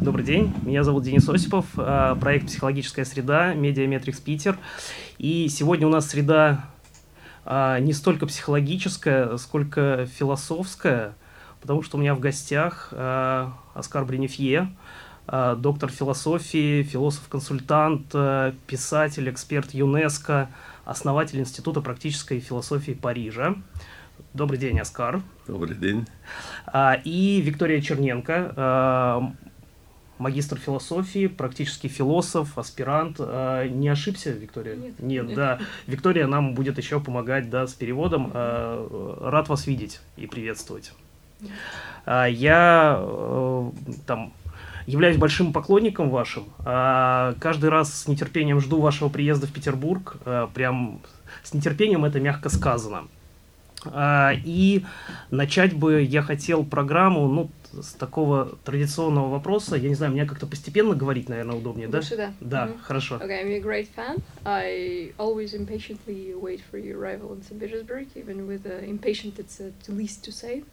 Добрый день, меня зовут Денис Осипов, э, проект «Психологическая среда», «Медиаметрикс Питер». И сегодня у нас среда а, не столько психологическая, сколько философская, потому что у меня в гостях э, Оскар Бренефье, э, доктор философии, философ-консультант, э, писатель, эксперт ЮНЕСКО, основатель Института практической философии Парижа. Добрый день, Оскар. Добрый день. А, И Виктория Черненко, а, магистр философии, практический философ, аспирант. А, Не ошибся, Виктория? Нет. Нет, да. Виктория нам будет еще помогать, да, с переводом. А, Рад вас видеть и приветствовать. А, Я э, там являюсь большим поклонником вашим. а Каждый раз с нетерпением жду вашего приезда в Петербург. Э, Прям с нетерпением это мягко сказано. А, И начать бы я хотел программу, ну, с такого традиционного вопроса. Я не знаю, мне как-то постепенно говорить, наверное, удобнее, да? Лучше, да. Да, Мгм. хорошо. Okay, I'm a great fan. I always impatiently wait for your arrival in St. Petersburg, even with uh, impatient it's uh, the least to say.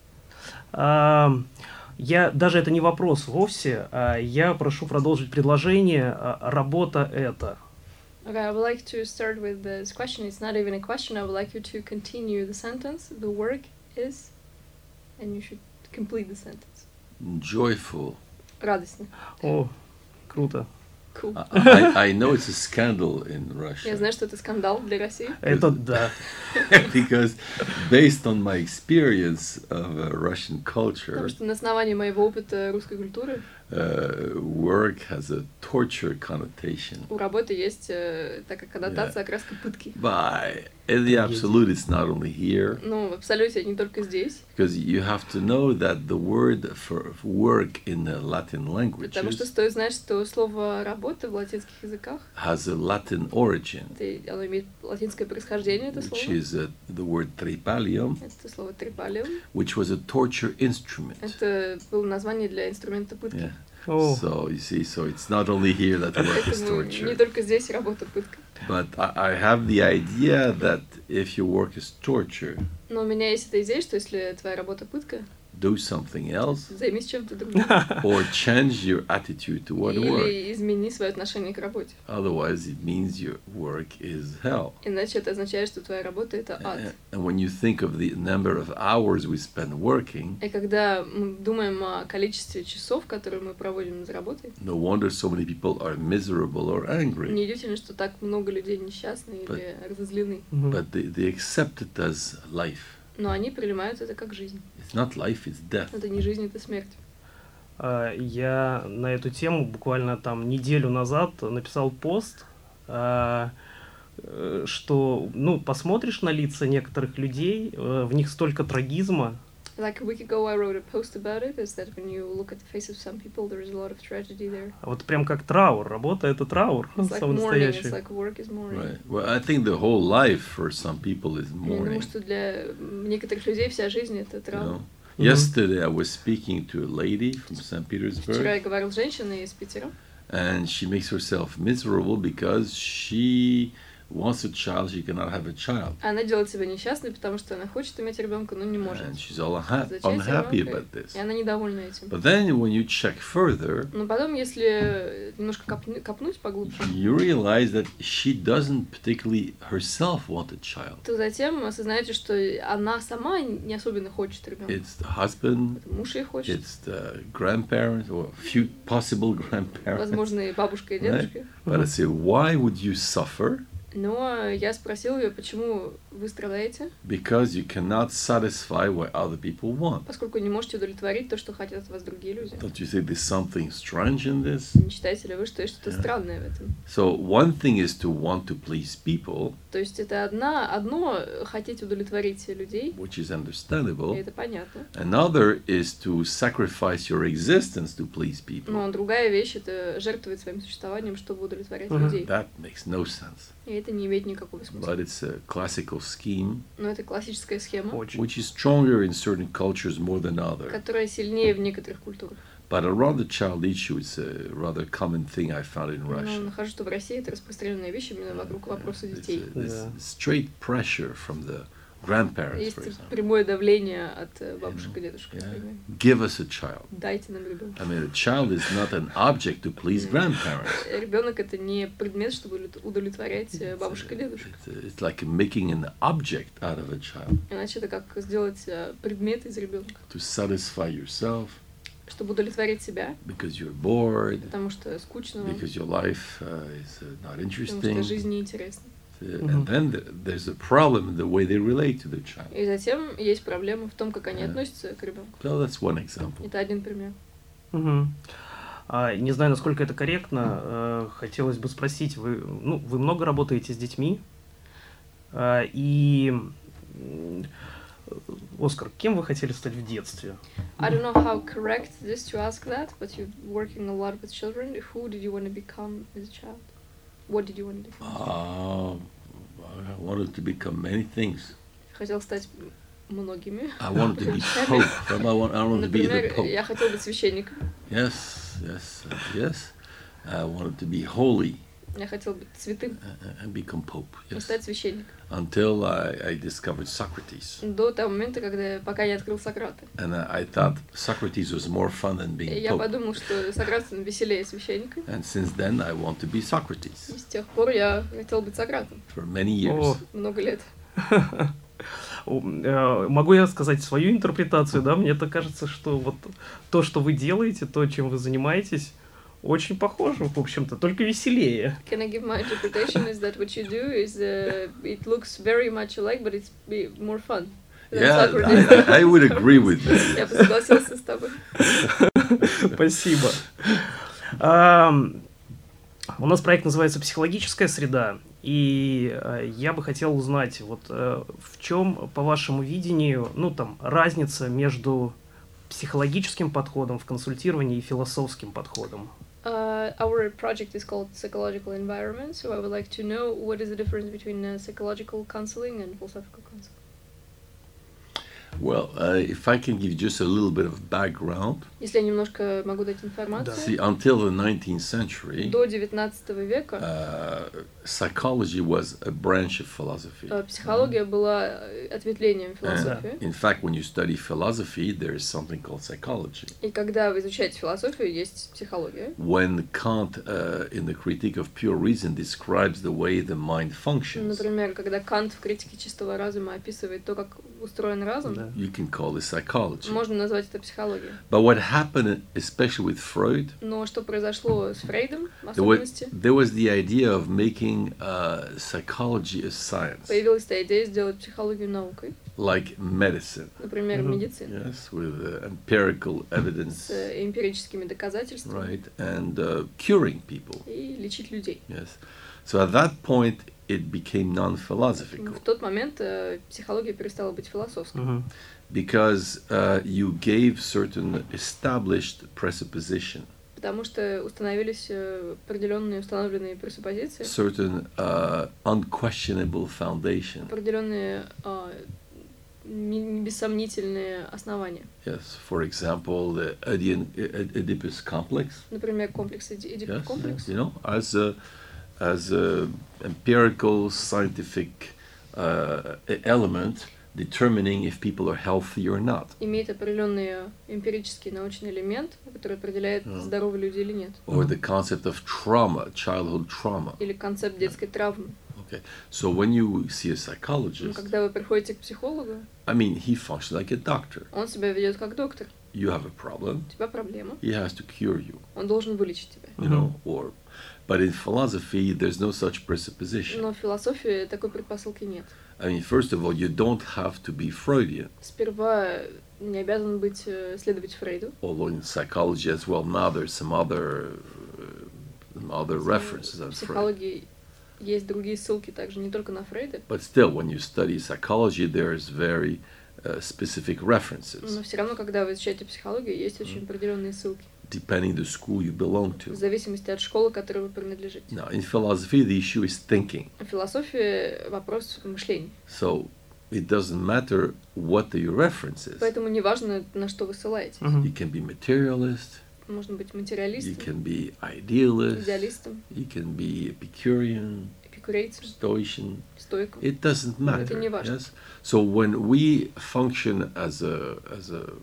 А, Я даже это не вопрос вовсе. а Я прошу продолжить предложение. а, Работа это. Okay, I would like to start with this question. It's not even a question. I would like you to continue the sentence. The work is, and you should complete the sentence. Joyful. Радостно. О, круто. Cool. I, I, I know it's a scandal in Russia. Я знаю, что это скандал для России. Это да. because based on my experience of uh, Russian Потому culture, что на основании моего опыта русской культуры uh, work has a torture connotation. у работы есть э, такая коннотация, окраска пытки. By in the absolute, it's not only here Ну, в абсолюте не только здесь. because you have to know that the word for work in the Latin Потому что languages стоит знать, что слово «работа» в латинских языках, has a Latin origin, это, оно имеет латинское происхождение, это which слово. is uh, the word tripalium, Это слово «трипалиум». which was a torture instrument. Это было название для инструмента пытки. Yeah. О, So you see, so it's not only here that work is Поэтому не torture, только здесь работа пытка. but I, I have the idea that if your work is torture, Но у меня есть эта идея, что если твоя работа пытка, do something else займись чем-то другим. or change your attitude toward work. Или измени свое отношение к работе. Otherwise, it means your work is hell. Иначе это означает, что твоя работа — это A- ад. And when you think of the number of hours we spend working, И когда мы думаем о количестве часов, которые мы проводим за работой, no wonder so many people are miserable or angry. неудивительно, что так много людей несчастны или разозлены. мгм. But they, they accept it as life. Но они принимают это как жизнь. It's not life, it's death. Это не жизнь, это смерть. А, Я на эту тему буквально там неделю назад написал пост, а, э, что, ну, посмотришь на лица некоторых людей, э, в них столько трагизма, Like a week ago, I wrote a post about it. Is that when you look at the face of some people, there is a lot of tragedy there. а вот прям как траур, работа это траур It's like самый mourning. It's настоящий. like work is mourning. Right. Well, I think the whole life for some people is Я думаю, mourning. что для некоторых людей вся жизнь это You know? травма. Yesterday, I was speaking to a lady from St. Вчера Petersburg, я говорил с женщиной из Питера. and she makes herself miserable because she wants a child, she cannot have a child. Она делает себя несчастной, потому что она хочет иметь ребенка, но не может. And she's all unha- Зачем unhappy ребенка? about this. И она недовольна этим. But then, when you check further, Но потом, если немножко копну- копнуть поглубже, you realize that she doesn't particularly herself want a child. то затем осознаете, что она сама не особенно хочет ребенка. It's the husband, Муж ее хочет, it's the grandparents, or few possible grandparents. возможно, и бабушка, и Right. дедушка. But I say, why would you suffer? Но я спросил ее, почему вы страдаете, Because you cannot satisfy what other people want. поскольку не можете удовлетворить то, что хотят от вас другие люди. Don't you think there's something strange in this? Не считаете ли вы, что есть что-то Да. странное в этом? So one thing is to want to please people, То есть это одна, одно э, хотеть удовлетворить людей, which is и understandable. это понятно. Another is to sacrifice your existence to please people. Но другая вещь это жертвовать своим существованием, чтобы удовлетворять Мгм. людей. That makes no sense. И это не имеет никакого смысла. But it's a classical scheme, Но это классическая схема, Очень. which is stronger in certain cultures more than others. которая сильнее в некоторых культурах. But around the child issue, it's a rather common thing I found in Но Russia. нахожу, что в России это распространенная вещь именно вокруг вопроса It's детей. a- this Yeah. straight pressure from the grandparents, for Есть example. прямое давление от э, бабушек и дедушек, Yeah. например. Give us a child. Дайте нам ребенка. I mean, a child is not an object to please grandparents. Ребенок Э, это не предмет, чтобы удовлет- удовлетворять э, бабушек и дедушек. It's, it's like making an object out of a child Иначе это как сделать э, предмет из ребенка, to satisfy yourself чтобы удовлетворить себя, because you're bored, потому что скучно вам, because your life uh, is uh, not Mm-hmm. потому что interesting. жизнь неинтересна. Uh, And then th- there's a problem in the way they relate to the child. И затем есть проблема в том, как они Да. относятся к ребенку. So that's one example. Это один пример. Мгм. А, не знаю, насколько это корректно. э, хотелось бы спросить, вы, ну, вы много работаете с детьми? А, и, м, э, Оскар, кем вы хотели стать в детстве? I don't know how correct it is to ask that, but you're working a lot with children. Who did you want to become as a child? What did you want to do? Uh, I wanted to become many things. Хотел стать м- многими. I wanted to be pope. I want, I wanted to be the Например, pope. я хотел быть священником, Yes, yes, uh, yes. I wanted to be holy я хотел быть святым uh, uh, and become pope. и Yes. стать священником. Until I, I discovered Socrates, До того момента, когда я- пока я открыл Сократа. and I, I thought Socrates was more fun than И being я pope. подумал, что Сократ он веселее священника. And since then, I want to be И Socrates с тех пор я хотел быть Сократом for many years. О, много лет. О, э, Могу я сказать свою интерпретацию, да? Мне это кажется, что вот то, что вы делаете, то, чем вы занимаетесь, очень похоже, в общем-то, только веселее. Can I give my interpretation? Is that what you do? Is uh, it looks very much alike, but it's be- more fun. than Yeah, Socrates. I, I- I would agree with that. Я бы согласился с тобой. Спасибо. Ам, У нас проект называется «Психологическая среда», и э, я бы хотел узнать, вот э, в чем, по вашему видению, ну там, разница между психологическим подходом в консультировании и философским подходом? Uh, our project is called Psychological Environment, so I would like to know what is the difference between uh, psychological counseling and philosophical counseling. Well, uh, if I can give just a little bit of background, Если я немножко могу дать информацию. see, until the 19th century, До 19 века uh, psychology was a branch of philosophy. э, психология была э, ответвлением философии. In fact, when you study philosophy, there is something called psychology. И когда вы изучаете философию, есть психология. When Kant, uh, in the Critique of Pure Reason, describes the way the mind functions, Например, когда Кант в критике чистого разума описывает то, как устроен разум, Да. you can call it psychology. можно назвать это психологией. But what happened, especially with Freud, Но что произошло с Фрейдом, there в was, особенности, there was the idea of making uh, psychology a science, появилась эта идея сделать психологию наукой, like medicine, например, Мгм. медицина. yes, with uh, empirical evidence, с э, эмпирическими доказательствами right, and uh, curing people, и лечить людей. yes. So at that point, it became non-philosophical. В тот момент э, психология перестала быть философской, Мгм. because uh, you gave certain established presupposition, потому что установились э, определенные установленные пресуппозиции, certain uh, unquestionable foundation, определенные э, не- не бессомнительные основания. yes, for example, the Oedian- Oe- Oedipus complex, Например, комплекс Эди- Эдипов yes, комплекс. you know, as a, as a empirical scientific uh, e- element determining if people are healthy or not, имеет определенный эмпирический научный элемент, который определяет, Да. здоровы люди или нет. or the concept of trauma, childhood trauma. Или концепт детской травмы. Okay, so when you see a Но psychologist, когда вы приходите к психологу, I mean, he functions like a doctor. он себя ведет как доктор. You have a problem. У тебя проблема, he has to cure you, он должен вылечить тебя. you know, or but in philosophy there's no such presupposition. Но в философии такой предпосылки нет. I mean, first of all, you don't have to be Freudian, Сперва не обязан быть э, следовать Фрейду. although in psychology as well now there's some other uh, some other references э, В on Freud. психологии есть другие ссылки также, не только на Фрейда, But still, when you study psychology, there's very uh, specific references но все равно, когда вы изучаете психологию, есть очень определенные ссылки, depending the school you belong в to. зависимости от школы, к которой вы принадлежите. Now, in philosophy, the issue is thinking, В философии вопрос мышления, so it doesn't matter what the reference is. поэтому неважно, на что вы ссылаетесь. Мгм. You can be materialist, Можно быть you материалистом, can be idealist, идеалистом, You can be Epicurean, Корейцам, Stoician. стойкам. It doesn't matter. не важно. Yes. So when we function as a as a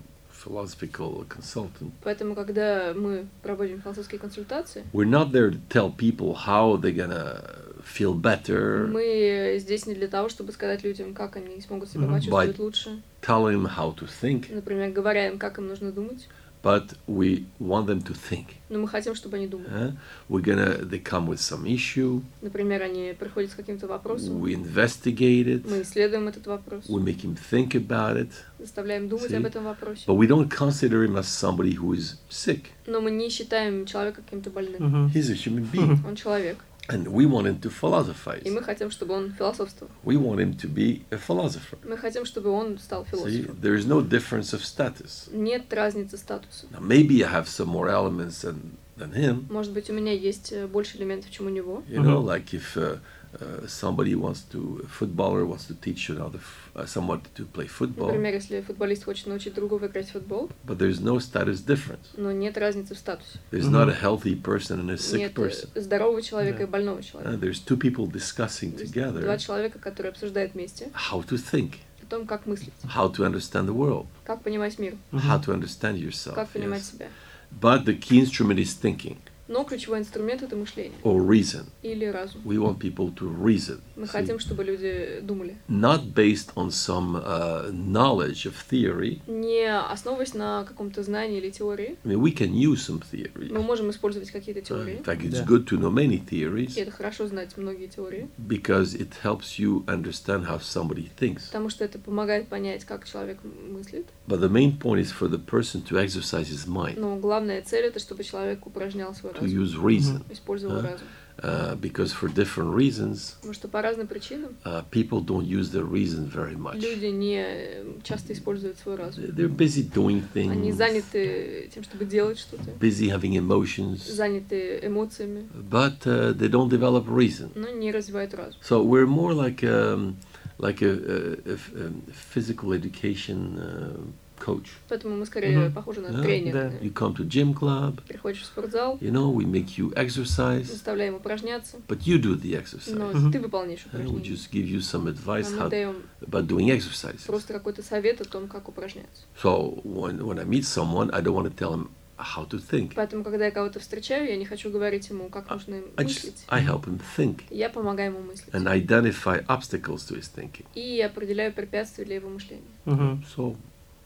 philosophical consultant, Поэтому, когда мы проводим философские консультации, we're not there to tell people how they're gonna feel Mm-hmm. better, мы здесь не для того, чтобы сказать людям, как они смогут себя Мгм. почувствовать Бай. лучше. tell them how to think, Например, говоря им, как им нужно думать, but we want them to think. но мы хотим, чтобы они думали. eh? We're gonna. They come with some issue. Например, они приходят с каким-то вопросом, We investigate it. мы исследуем этот вопрос, We make him think about it, заставляем думать See? об этом вопросе, but we don't consider him as somebody who is sick. но мы не считаем человека каким-то больным. Мгм. He's a human being, Он человек, and we want him to philosophize. и мы хотим, чтобы он философствовал. We want him to be a philosopher. Мы хотим, чтобы он стал See, философом. there is no difference of status. Нет разницы статуса. Now, maybe I have some more elements than, than him. Может быть, у меня есть э, больше элементов, чем у него. You know, Mhm. like if uh, uh, somebody wants to, a footballer wants to teach another, f- uh, someone to play football, Например, если футболист хочет научить другого играть в футбол, but there's no status difference. но нет разницы в статусе. There's Mhm. not a healthy person and a sick нет э, person. здорового человека Да. и больного Uh, человека. there's two people discussing То есть together Два человека, которые обсуждают вместе how to think, о том, как мыслить, how to understand the world, как понимать мир, Мгм. how to understand yourself. как понимать Oh, yes. себя. But the key instrument is thinking Но ключевой инструмент это мышление or reason. или разум. We want people to reason. Мы see. хотим, чтобы люди думали, not based on some uh, knowledge of theory. не основываясь на каком-то знании или теории. I mean, we can use some theory. Мы можем использовать какие-то Uh, in теории. fact, it's Yeah. good to know many theories И это хорошо знать многие теории, because it helps you understand how somebody thinks. потому что это помогает понять, как человек м- мыслит. But the main point is for the person to exercise his mind, Но главная цель это, чтобы человек упражнял свой to разум, use reason, использовал Да. разум. uh, because for different reasons, Потому что по разным причинам uh, people don't use their reason very much. люди не э, часто используют свой разум. They're busy doing Они things, заняты тем, чтобы делать что-то, busy having emotions, заняты эмоциями, but uh, they don't develop reason. но не развивают разум. So we're more like um, like a, a- a f- um, physical education uh, coach. Поэтому мы скорее Мгм. похожи Да, на тренера. да. наверное. You come to gym club, Приходишь в спортзал, you know, we make you exercise, заставляем упражняться, but you do the но exercise. Мгм. ты Uh, выполняешь we упражнение. А just give you some advice Мы how даем about doing exercises. просто какой-то совет о том, как упражняться. So when when I meet someone, I don't want to tell them how to think. Поэтому, когда я кого-то встречаю, я не хочу говорить ему, как нужно I мыслить. А, just I help him think Я помогаю ему мыслить. and identify obstacles to his thinking. И определяю препятствия для его мышления. Мгм. So.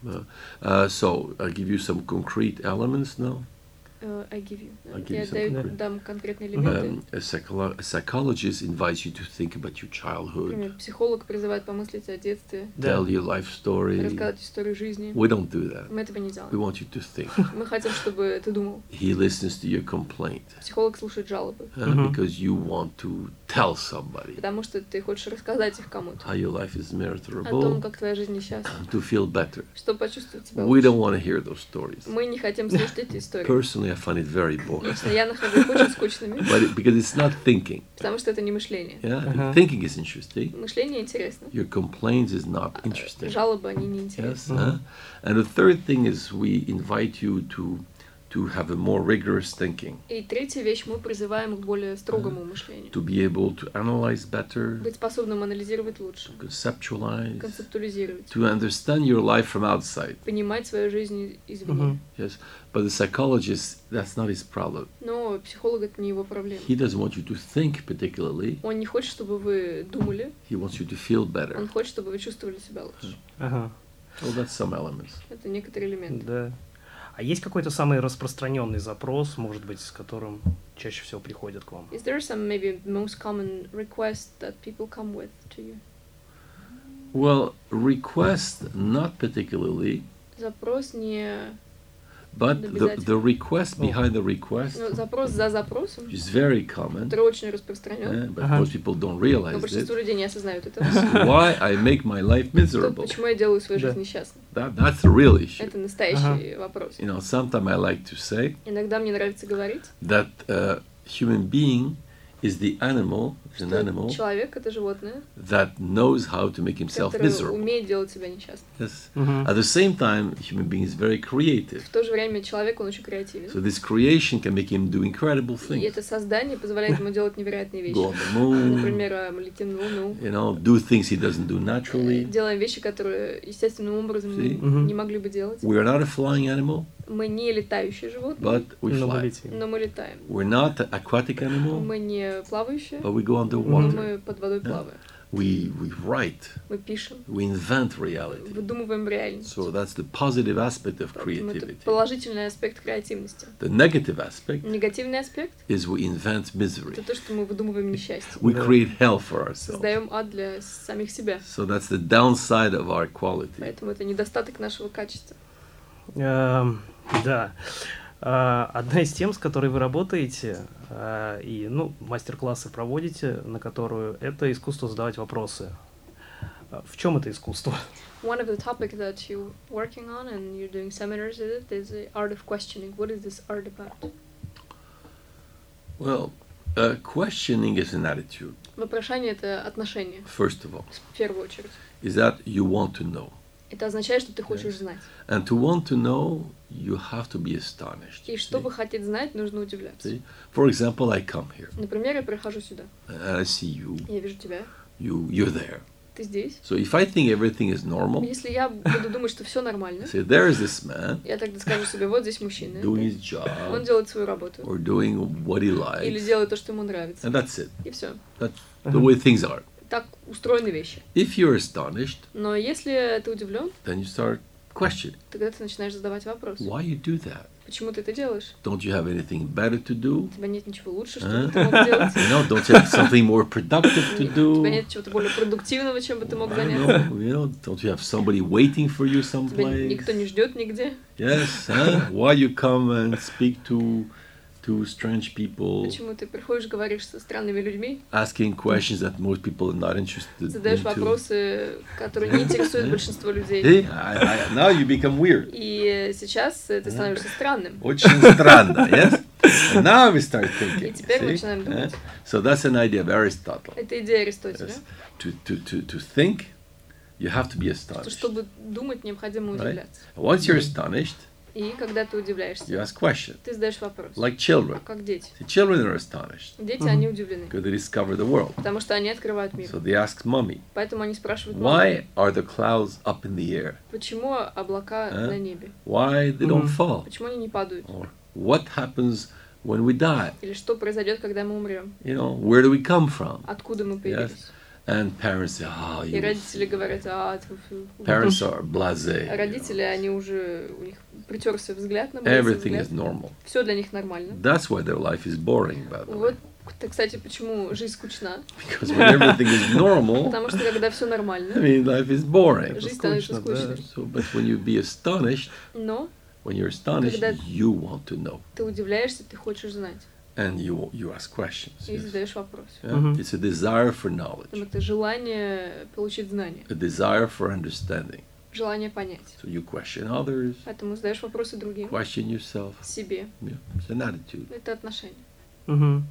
Uh, uh, so I'll give you some concrete elements now. Э, I give you. I give я you даю- something. дам конкретные Мгм. элементы. Um, a, psycholo- a psychologist invites you to think about your childhood, Например, психолог призывает помыслить о детстве, Да. tell your life story. рассказать историю жизни. We don't do that. Мы этого не We делаем. want you to think. Мы хотим, чтобы ты думал. he listens to your complaint Психолог слушает жалобы, uh, Mhm. because you want to tell somebody потому что ты хочешь рассказать их кому-то. how your life is О том, miserable как твоя жизнь несчастна. to feel better. Что почувствовать себя We don't лучше. want to hear those stories. Мы не хотим слушать эти истории. Personally, I find it very boring, Лично я нахожу их очень скучными, but it, because it's not thinking. потому что это не мышление. Yeah, I think Uh-huh. thinking is interesting. Мышление интересно. Your complaints is not interesting. Жалобы, они не интересны. uh-huh. Yes. huh? And the third thing is we invite you to to have a more rigorous thinking, И третья вещь, мы призываем к более строгому мышлению. to be able to analyze better, Быть способным анализировать лучше, conceptualize, концептуализировать, to understand your life from outside. понимать свою жизнь извне. Uh-huh. Мгм. Yes. But the psychologist, that's not his problem. Но психолог это не его проблема. He doesn't want you to think particularly. Он не хочет, чтобы вы думали, He wants you to feel он better. хочет, чтобы вы чувствовали себя лучше. Ага. So that's some elements. Это некоторые элементы. Да. А есть какой-то самый распространенный запрос, может быть, с которым чаще всего приходят к Mm. вам? Is there some maybe most common request that people come with to you? Well, request not particularly, Запрос не... but the, the request Oh. behind the request ну, запрос за запросом, is very common. который очень eh, распространен, but Uh-huh. most people don't но realize it. большинство людей не осознают этого. why I make my life То, miserable. почему я делаю свою Да. жизнь несчастной? That, that's the real issue. Это настоящий вопрос. You know, sometimes I like to say Иногда мне нравится говорить, that uh, human being is the animal, is an Что animal человек это животное, that knows how to make himself которое miserable. умеет делать себя несчастным. Yes. Мгм. At the same time, a human being is very creative. В то же время человек, он очень креативен. So this creation can make him do incredible И things. это создание позволяет ему делать невероятные вещи. Go on the А, moon, Например, э, мы летим на Луну, you know, do things he doesn't do э, naturally. делаем вещи, которые естественным образом See? Мгм. не могли бы делать. We are not a flying animal, Мы не летающие животные, but we Ну, fly. ловите. но мы летаем. We're not an aquatic animal, Мы не плавающие, but we go но underwater. мы под водой Да. плаваем. We, we write, Мы пишем, we invent reality. выдумываем реальность. So that's the positive aspect of Поэтому это creativity. положительный аспект креативности. The negative aspect Негативный аспект is we invent это misery. то, что мы выдумываем несчастье. We Да. create hell for ourselves. Создаем ад для самих себя. So that's the downside of our quality. Поэтому это недостаток нашего качества. Эм, Да. А, Одна из тем, с которой вы работаете а, и ну, мастер-классы проводите, на которую это искусство задавать вопросы. А В чем это искусство? One of the topics that you're working on and you're doing seminars with it is the art of questioning. What is this art about? Well, uh, questioning is an attitude, Вопрошание — это отношение, first of all, в первую очередь. is that you want to know. Это означает, что ты хочешь знать. And to want to know, you have to be astonished. И See? чтобы хотеть знать, нужно удивляться. See? For example, I come here Например, я прихожу сюда, and I see you, я вижу тебя, you, you're there. ты здесь. So if I think everything is normal, Если я буду думать, что все нормально, say there is this man я тогда скажу себе, вот здесь мужчина, doing his он job делает свою работу. or doing what he Или likes, делает то, что ему нравится. and that's it. И все. That's the way things are. Так устроены вещи. If you're astonished, Но если ты удивлен, then you start questioning тогда ты начинаешь задавать вопрос. why you do that. Почему ты это делаешь? Don't you have anything better to do? У тебя нет ничего лучше, что А? бы ты мог делать. You know, don't you have something more productive to У тебя do? нет чего-то более продуктивного, чем бы ты мог I заняться. don't know, you know, don't you have somebody waiting for you Тебя никто не someplace? ждет нигде. Yes, huh? Why you come and speak to to strange people, Почему ты приходишь, говоришь со странными людьми, asking questions that most people are not interested задаешь into? вопросы, которые не интересуют большинство людей. See, I, I, now you become weird. И сейчас э, ты становишься странным. Очень странно, yes? And now we start И thinking. теперь мы see? начинаем Huh? думать. So that's an idea of Aristotle. Это идея Аристотеля. Yes. To, to, to, to think, you have to be Что astonished. чтобы думать, необходимо Right. удивляться. Once you're astonished, И когда ты удивляешься, you ask questions, ты задаешь вопрос. like А children. как дети? The children are astonished Дети, Мгм. они удивлены. because they discover the world. Потому что они открывают мир. So they ask mommy, Поэтому они спрашивают, маму, why are the clouds up in the air? почему облака А? на небе? Why they don't Mm. Mhm. fall? Почему они не падают? Or what happens when we die? Или что произойдет, когда мы умрем? You know, where do we come from? Откуда мы появились? And parents say, ah, И you. will родители see." говорят, а, тьфу, тьфу, тьфу». Parents are blasé. А you Mm-hmm. родители, know. они уже, у них притерся взгляд на Everything is normal. Все для них нормально. That's why their life is boring, by the Вот, way. к- кстати, почему жизнь скучна. Because when everything is normal, Потому что когда все I нормально, mean, life is boring. жизнь становится скучно, да. скучной. So, but when you be astonished, Но when you're astonished, Когда- you want to know ты удивляешься, ты хочешь знать. and you you ask questions. И yes. задаешь вопрос. Yeah? Mhm. It's a desire for Там knowledge, это желание получить знания, a desire for understanding. желание понять. So you question others, Поэтому задаешь вопросы другим, question yourself. себе. Yeah, it's an attitude. Это отношения. Мгм.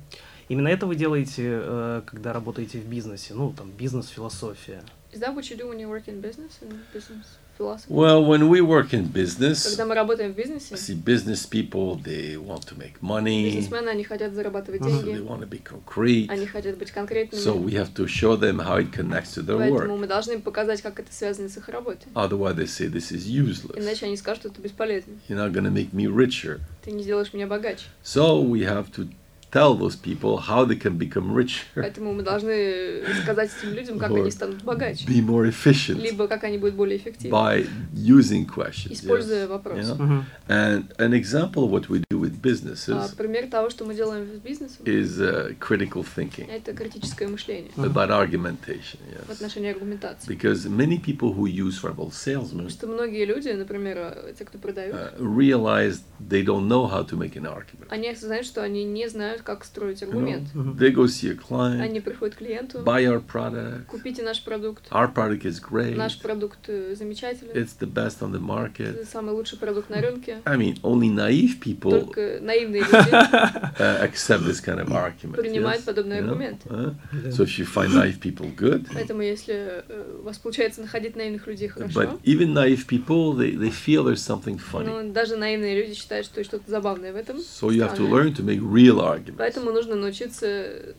Именно это вы делаете, э, когда работаете в бизнесе, ну, там, бизнес-философия. Is that what you do when you work in business and business philosophy? Well, when we work in business, Когда мы работаем в I бизнесе, see business people they want to make money, бизнесмены, они хотят зарабатывать so they деньги, want to be concrete. они хотят быть So конкретными, we have to show them how it connects to their поэтому work. мы должны им показать, как это связано с их работой. Otherwise, they say this is useless. Иначе они скажут, что это бесполезно, You're not going to make me richer. ты не сделаешь меня богаче. So we have to tell those people how they can become richer, Поэтому мы должны сказать этим людям, как Or они станут богаче, be more efficient либо как они будут более эффективны, by using questions. используя yes. вопросы. Yeah. Мгм. And an example of what we do with А businesses пример того, что мы делаем с бизнесом, is uh, critical thinking это критическое мышление Мгм. about argumentation. в Yes. отношении аргументации. Because many people who use verbal salesmen Потому что многие люди, например, э, те, кто продают, uh, realize they don't know how to make an argument. они осознают, что они не знают, как строить You know, аргумент. Мгм. they go see a client, Они приходят к клиенту, buy our product. купите наш продукт, Our product is great. наш продукт э, замечательный, It's the best on the market. это самый лучший продукт на рынке. I mean, only naive people Только э, наивные люди uh, accept this kind of argument. принимают yes? подобные You know? аргументы. Huh? Да. So if you find naive people, good. Поэтому если э, у вас получается находить наивных людей, хорошо. But even naive people, they, they feel there's something funny. Но даже наивные люди считают, что есть что-то забавное в этом. So you have to Странно. learn to make real arguments. Поэтому нужно научиться э,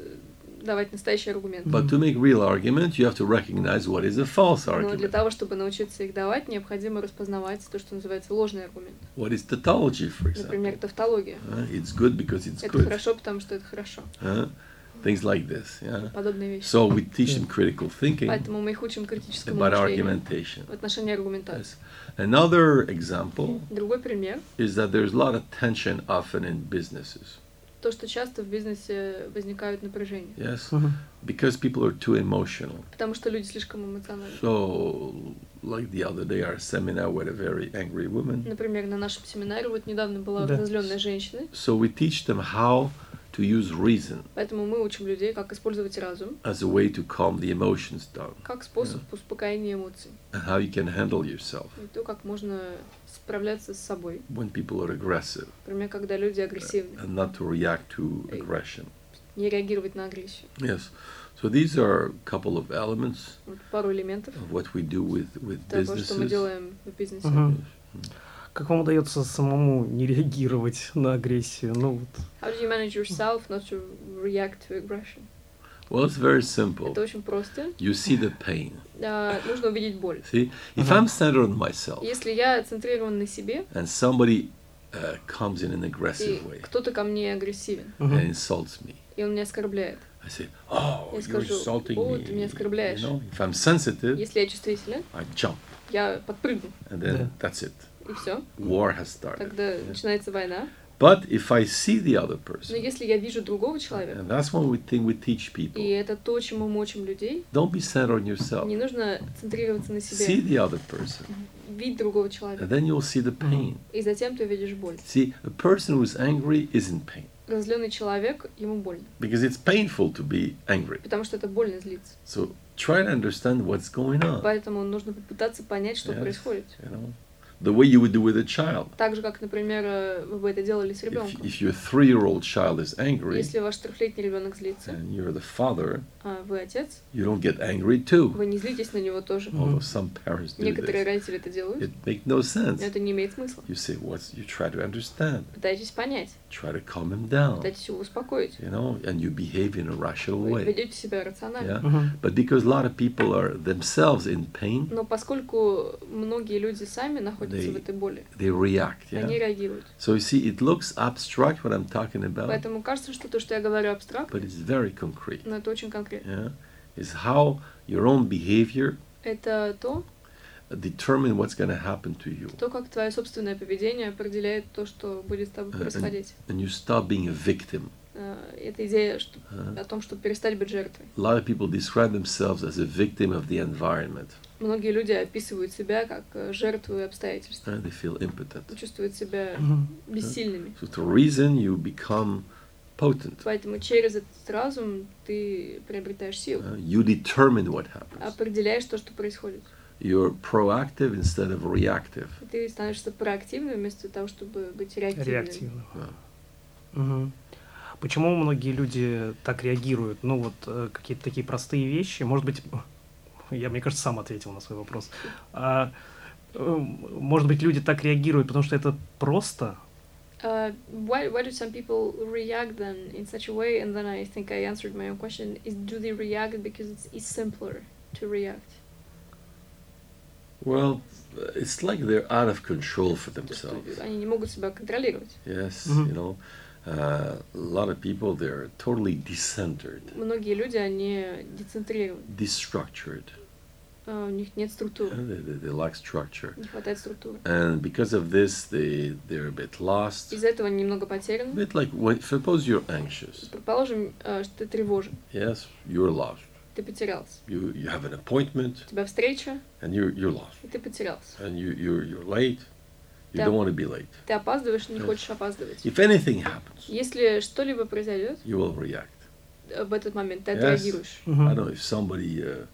давать настоящие аргументы. But to make real argument, you have to recognize what is a false Но Ну, для argument. того, чтобы научиться их давать, необходимо распознавать то, что называется ложный аргумент. What is tautology, for Например, example? тавтология. Huh? It's good because it's Это good. хорошо, потому что это хорошо. Huh? Things like this. Yeah. Подобные вещи. So we teach them critical thinking Поэтому мы их учим критическому about мышлению argumentation. в отношении аргументации. Yes. Another example Другой пример. is that there's a lot of tension often in businesses. То, что часто в бизнесе возникают напряжения. Yes, Мгм. because people are too emotional. Потому что люди слишком эмоциональны. So, like the other day, our seminar with a very angry woman. Например, на нашем семинаре вот недавно была Да. разозленная женщина, So we teach them how to use reason поэтому мы учим людей, как использовать разум, as a way to calm the emotions down как способ успокоения эмоций, and how you can handle yourself и то, как можно справляться с собой, when people are aggressive например, когда люди агрессивны, and not to react to aggression. не реагировать на агрессию. Yes. So these are a couple of elements Вот пару элементов of what we do with, with того, что мы businesses. делаем в бизнесе. Мгм. Как вам удается самому не реагировать на агрессию? Ну вот. How do you manage yourself not to react to aggression? Well, it's very simple. Это очень просто. You see the pain. А, нужно увидеть боль. See, if Uh-huh. I'm centered on myself Если я центрирован на себе, and somebody uh, comes in an и aggressive way кто-то ко мне агрессивен, and Мгм. insults me, и он меня оскорбляет. I say, "Oh, Я you're скажу, insulting «О, me." ты меня оскорбляешь. You know, if I'm sensitive, Если я чувствителен, I jump, я подпрыгну, and then Yeah. that's it. и все. War has started. Тогда Yeah. начинается война. But if I see the other Но person, если я вижу другого человека, and that's one we think we teach people: и это то, чему мы учим людей, don't be centered on yourself. не нужно центрироваться на Oh. See себе, the other person, видеть другого and человека, then you'll see the pain. и затем ты видишь боль. See, a person who's angry is in pain Разленный человек, ему больно, because it's painful to be angry. потому что это больно злиться. So try to understand what's going on. Поэтому нужно попытаться понять, что Yes. происходит. You know, the way you would do with a child. Так же, как, например, э, вы бы это делали с If, ребенком. if your three-year-old child is angry Если ваш трехлетний ребенок злится, and you're the father, а вы отец, you don't get angry too. вы не злитесь на него тоже. Although some parents do Некоторые this, родители это делают, it makes no но sense. это не имеет смысла. You say, "What's?" You try to understand, Пытайтесь понять, try to calm him down. пытайтесь его успокоить. You know, and you behave in a rational Вы way. ведете себя рационально. Yeah. Мгм. But because a lot of people are themselves in pain, Но поскольку многие люди сами находятся They- в этой боли, they react. они Yeah. реагируют. So you see, it looks abstract what I'm talking about, Поэтому кажется, что то, что я говорю абстрактно, but it's very concrete. но это очень конкретно. yeah, is how your own behavior Это то, determine what's going to happen to you то, как твое собственное поведение определяет то, что будет с тобой Э, э. происходить. and you stop being a victim Э, Это идея что- huh? о том, чтобы перестать быть жертвой. a lot of people describe themselves as a victim of the environment Многие люди описывают себя как э, жертву и обстоятельств. and they feel impotent Чувствуют себя Мгм. бессильными. so to reason you become potent Поэтому через этот разум ты приобретаешь силу, huh? you determine what happens определяешь то, что происходит. you're proactive instead of reactive И Ты становишься проактивным вместо того, чтобы быть реактивным. Реактивно. Да. Мгм. Почему многие люди так реагируют? Ну вот э, какие-то такие простые вещи. Может быть, я, мне кажется, сам ответил на свой вопрос. А, э, может быть, люди так реагируют, потому что это просто? Uh, why, why do some people react then in such a way? And then I think I answered my own question. Is do they react because it's, it's simpler to react? well it's like they're out of control for То, что themselves они не могут себя контролировать. yes Mhm. you know uh, a lot of people they're totally decentered Многие люди, они децентрированы. destructured. А, у них нет They, структуры. they, they lack structure. Не хватает структуры. And because of this, they, they're a bit lost. Из-за этого они немного A потеряны. bit like when, suppose you're anxious. Предположим, э, что ты тревожен, Yes, you're lost. ты потерялся. You, you have an appointment У тебя встреча, and you're, you're lost. и ты потерялся. And you, you're, you're late. You Yeah. don't want to be late. Ты опаздываешь, не Yes. хочешь опаздывать. If anything happens, Если что-либо произойдет, you will react. э, в этот момент ты Yes. отреагируешь. I Мгм. don't know if somebody uh,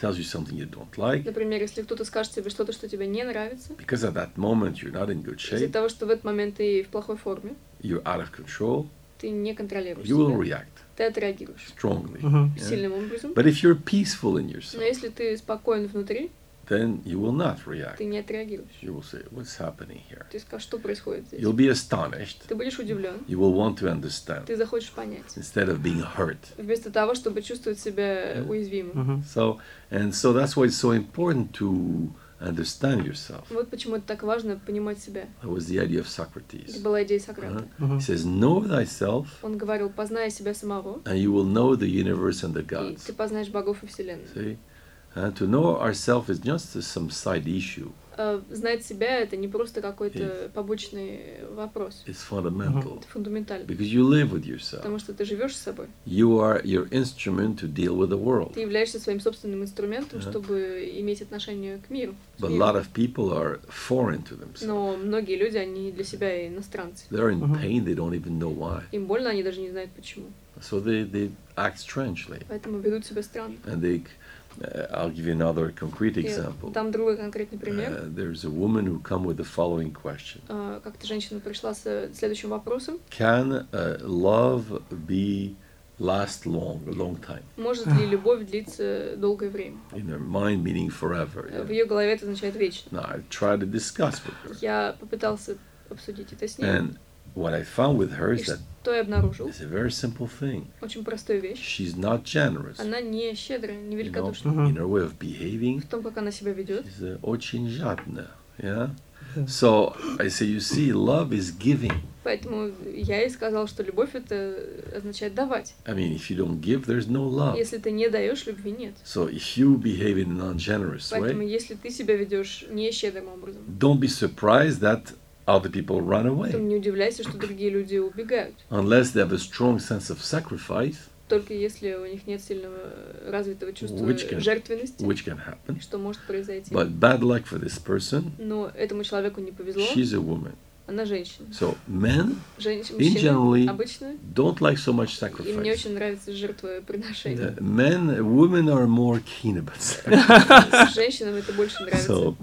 tells you something you don't like, Например, если кто-то скажет тебе что-то, что тебе не нравится, because at that moment you're not in good из-за shape, того, что в этот момент ты в плохой форме, you're out of control, ты не контролируешь you will себя. react Ты отреагируешь strongly. Мгм. yeah? сильным образом. But if you're peaceful in Но yourself, если ты спокоен внутри, then you will not react. ты не отреагируешь. You will say, What's happening here? Ты скажешь, что происходит здесь. You'll be astonished. Ты будешь удивлен, You will want to understand ты захочешь понять. instead of being hurt. Вместо того, чтобы чувствовать себя уязвимым. Мгм. So, and so that's why it's so important to understand yourself. Вот почему это так важно понимать себя. That was the idea of Это Socrates. Uh-huh. была идея Сократа. He Мгм. says, Know thyself, Он говорил, познай себя самого, and you will know the universe and the и gods. ты познаешь богов и вселенную. See? And to know ourselves is just a- some side issue, Э, Знать себя — это не просто какой-то побочный вопрос. it's fundamental. Это фундаментально. Because you live with Потому yourself, что ты живешь с собой. you are your instrument to deal with the world. Ты являешься своим собственным инструментом, Ага. чтобы иметь отношение к миру. к But a миру. lot of people are foreign to themselves. Но многие люди, они для себя иностранцы. They're in Mhm. pain, they don't even know why. Им больно, они даже не знают почему. So they, they act strangely. Поэтому ведут себя странно. And they, uh, I'll give you another concrete И example. там другой конкретный пример. Uh, there's a woman who come with the following question: Э, Как-то женщина пришла с э, следующим вопросом. Can uh, love be last long, a long time Может ли любовь длиться долгое время? in her mind, meaning forever? Э, В yeah? ее голове это означает вечно. Now I tried to discuss with her, Я попытался обсудить это с ней. and what I found with her И is that что я обнаружил? it's a very simple thing. Очень простую вещь. She's not generous, Она не щедрая, не you know, великодушна. Mhm. in her way of behaving. В том, как она себя ведет. She's uh, очень жадная, yeah. Yeah. So I say, you see, love is giving. Поэтому я ей сказал, что любовь это означает давать. I mean, if you don't give, there's no love. Если ты не даешь, любви нет. So if you behave in a non-generous Поэтому way, если ты себя ведешь не щедрым образом, don't be surprised that other people run то away. не удивляйся, что другие люди убегают. Unless they have a strong sense of sacrifice, Только если у них нет сильного э, развитого чувства Which can- жертвенности, which can happen. что может произойти. But bad luck for this person, Но этому человеку не повезло, she's a woman. она женщина. So men Женщ- generally- Мужчины обычно don't like so much им не sacrifice. очень нравится жертвоприношение. Uh, men, women are more keen about sacrifice. Женщинам это больше нравится. so,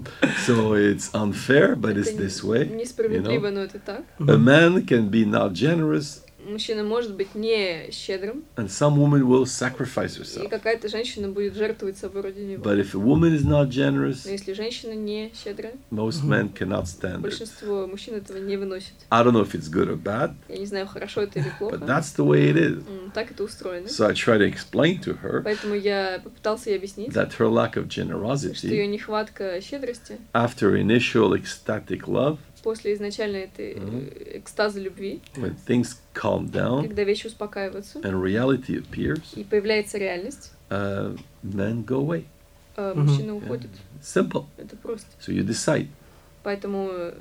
so it's unfair, but it's это this н- way. несправедливо, но это так. A man can be not generous, Мужчина может быть не щедрым, and some woman will sacrifice и herself. какая-то женщина будет жертвовать собой ради него. But if a woman is not generous, Но если женщина не щедрая, Most men cannot stand it. большинство мужчин этого не выносит. I don't know if it's good or bad, Я не знаю, хорошо это или плохо. but that's the way it is. М, Так это устроено. So I try to explain to her Поэтому я попытался ей объяснить, that her lack of что ее generosity нехватка щедрости after initial ecstatic love, после изначальной этой э, экстаза любви, when things calm down когда вещи успокаиваются and reality appears, и появляется реальность, uh, men go away. э, Мгм. мужчина уходит. Simple. Это просто. So you decide. Поэтому э,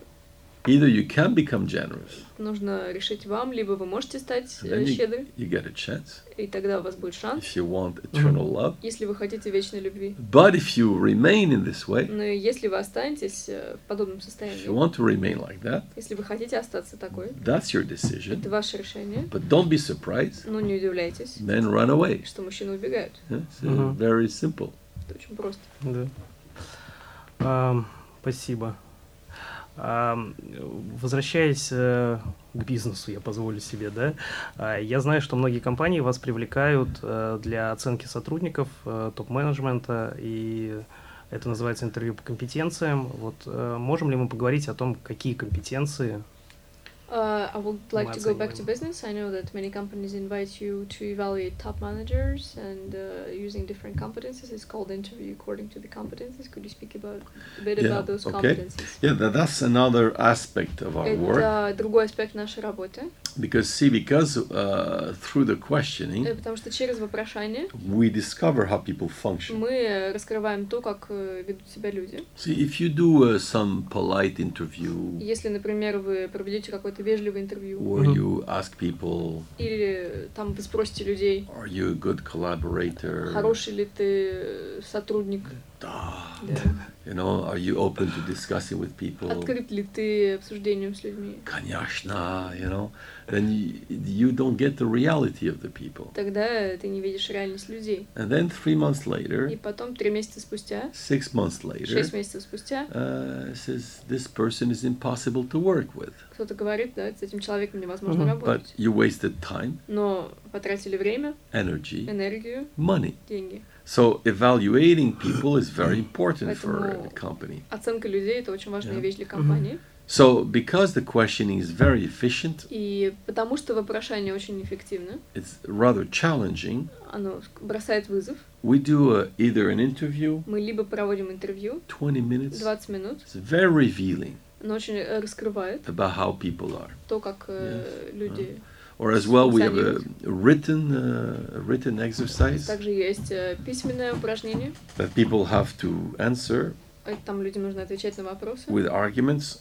Either you can become generous, нужно решить вам, либо вы можете стать and э, then you, щедрым, you get a chance и тогда у вас будет шанс, if you want eternal love. если вы хотите вечной любви. But if you remain in this way, Но если вы останетесь э, в подобном if you состоянии, want to remain like that, если вы хотите остаться такой, that's your decision. это ваше решение, But don't be surprised. но не удивляйтесь, Men run away. что мужчины убегают. It's uh, Mhm. very simple. Это очень просто. Да. Ам, спасибо. Ам, возвращаясь э, к бизнесу, я позволю себе, да. а, я знаю, что многие компании вас привлекают э, для оценки сотрудников, э, топ-менеджмента, и это называется интервью по компетенциям. Вот э, можем ли мы поговорить о том, какие компетенции? Uh, I would like to go back to оцениваем. business. I know that many companies invite you to evaluate top managers and uh, using different competences. It's called interview according to the competences. Could you speak about a bit Yeah, about those okay. competences? Yeah, tha- that's another aspect of our work. Это другой аспект нашей работы, Because, see, because uh, through the questioning, э, потому что через вопрошание we discover how people function. мы э, раскрываем то, как э, ведут себя люди. See, if you do uh, some polite interview Если, например, вы проведете какое-то вежливое интервью, or Mhm. you ask people, или э, там вы спросите людей, are you a good collaborator? Ah, хороший ли ты э, сотрудник, да. Да. You know, are you open to discussing with people? Открыт ли ты обсуждением с людьми? Конечно, you know. Then you, you don't get the reality of the people. Тогда ты не видишь реальность людей. And then three months И later, потом три месяца спустя, six months later, шесть месяцев спустя, uh, says this person is impossible to work with. кто-то говорит, да, с этим человеком невозможно Мгм. But работать. you wasted time, Но потратили время, energy, энергию, money. деньги. So evaluating people is very important for a Поэтому- company. Оценка людей это очень важная Да. вещь для компании. So because the questioning is very efficient, И потому что вопрошание очень эффективно, it's rather challenging. оно бросает вызов. We do a, either an interview, Мы либо проводим интервiew 20 minutes. 20 минут, It's very revealing оно очень э, раскрывает about how people are. то, как э, люди. Or as well, we have a written uh, a written exercise Также есть э, письменное упражнение. that people have to answer Э, Там людям нужно отвечать на вопросы, with arguments,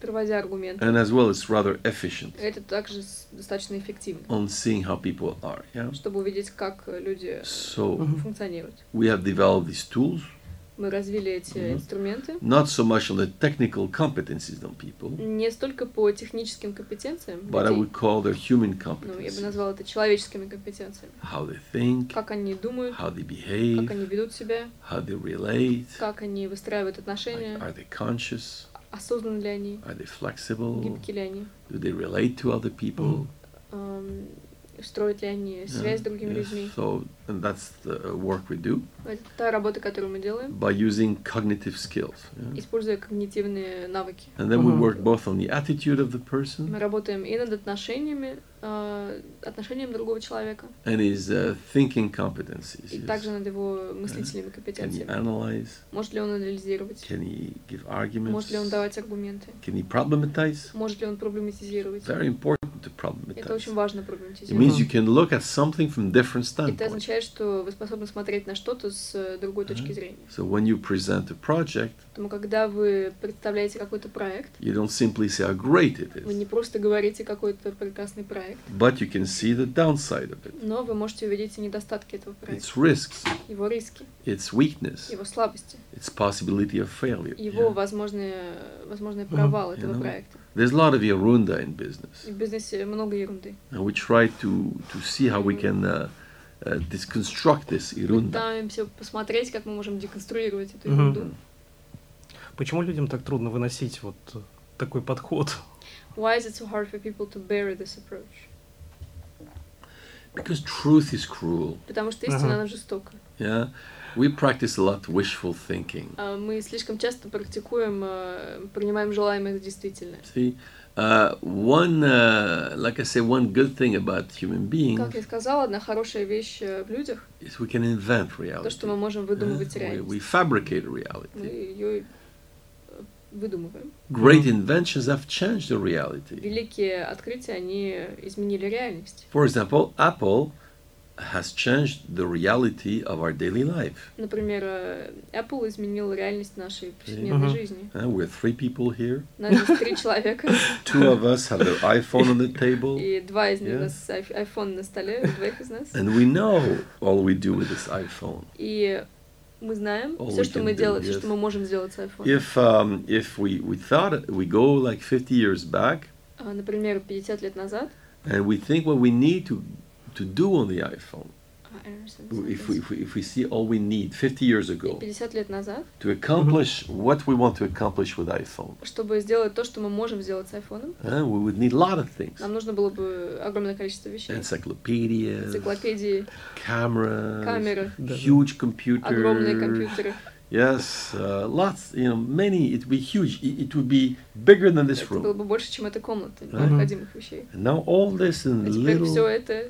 приводя аргументы. and as well, it's rather efficient Это также с- достаточно эффективно, on seeing how people are. Yeah. чтобы увидеть, как э, люди So Mm-hmm. Мгм. функционируют. we have developed these tools, Мы развили эти Мгм. инструменты not so much on the technical competencies of people, не столько по техническим компетенциям, but I людей, would call their human ну, я бы competencies, назвала это человеческими компетенциями. how they think, Как они думают, how they как behave, они ведут себя, how they relate, как они выстраивают like, отношения, are they conscious, осознаны ли они, are they flexible, гибки ли они, do they relate to other people. эм, строят ли они Yeah, связь с другими yeah. людьми. So, and that's the uh, work we do Это та работа, которую мы делаем, by using cognitive skills. yeah. используя когнитивные навыки. And then we Mhm. work both on the attitude of the Мы person работаем и над отношениями, э, отношением другого человека, and his uh, thinking competencies. и yes. также над его мыслительными Can he компетенциями. analyze? Может ли он анализировать? Can he give Может arguments? ли он давать аргументы? Can he problematize? Может ли он проблематизировать? Very important to Это очень problematize. важно It means проблематизировать. you can look at something from different Это standpoints. означает, что вы способны смотреть на что-то с э, другой точки Ага. зрения. So when you present a project, Поэтому, когда вы представляете какой-то проект, you don't simply say how great it вы не is, просто говорите какой-то прекрасный проект, but you can see the downside of it, но вы можете увидеть и недостатки этого проекта, its risks, его риски, its weakness, его слабости, its possibility of failure. его yeah. возможные, возможный провал You этого know. проекта. There's a lot of Yerunda in business, И в бизнесе много ерунды. and we try to, to see how we can uh, uh, disconstruct this Irunda. Пытаемся посмотреть, как мы можем деконструировать эту Мгм. ерунду. Почему людям так трудно выносить вот э, такой подход? Why is it so hard for people to bear this approach? Because truth is cruel. Потому что истина, Ага. она жестока. Yeah, we practice a lot wishful thinking. А Мы слишком часто практикуем, э, принимаем желаемое за действительное. See, uh, one uh, like I say, one good thing about human Как beings я сказала, одна хорошая вещь э, в людях is we can invent то, reality. что мы можем выдумывать Yeah, we, реальность. we fabricate Мы reality. ее выдумываем. Great inventions have changed the reality. Великие открытия, они изменили реальность. For example, Apple has changed the reality of our daily life. Например, э, Apple изменил реальность нашей повседневной Мгм. жизни. Uh, we're three people here. У нас здесь три человека, Two of us have their iPhone on the table, и два из Yeah. них, у нас айф- iPhone на столе, у двоих из нас. and we know all we do with this iPhone. И мы знаем All все, we что can мы do, делаем, все, yes. что мы можем сделать с iPhone. If um, if we, we thought we go like 50 years back А, Например, 50 лет назад, and we think what we need to to do on the iPhone, а, I understand this if we, sentence. if we, if we see all we need 50 years ago 50 лет назад, to accomplish what we want to accomplish with iPhone, чтобы сделать то, что мы можем сделать с iPhone, uh, we would need a lot of things: нам нужно было бы огромное количество вещей. encyclopedias, Энциклопедии, cameras, камеры, Да, да. huge computers. огромные компьютеры. Yes, uh, lots. You know, many. It would be huge. It, it would be bigger than this Это было room. бы больше, чем эта комната Мгм. необходимых вещей. And now all this А in теперь все little это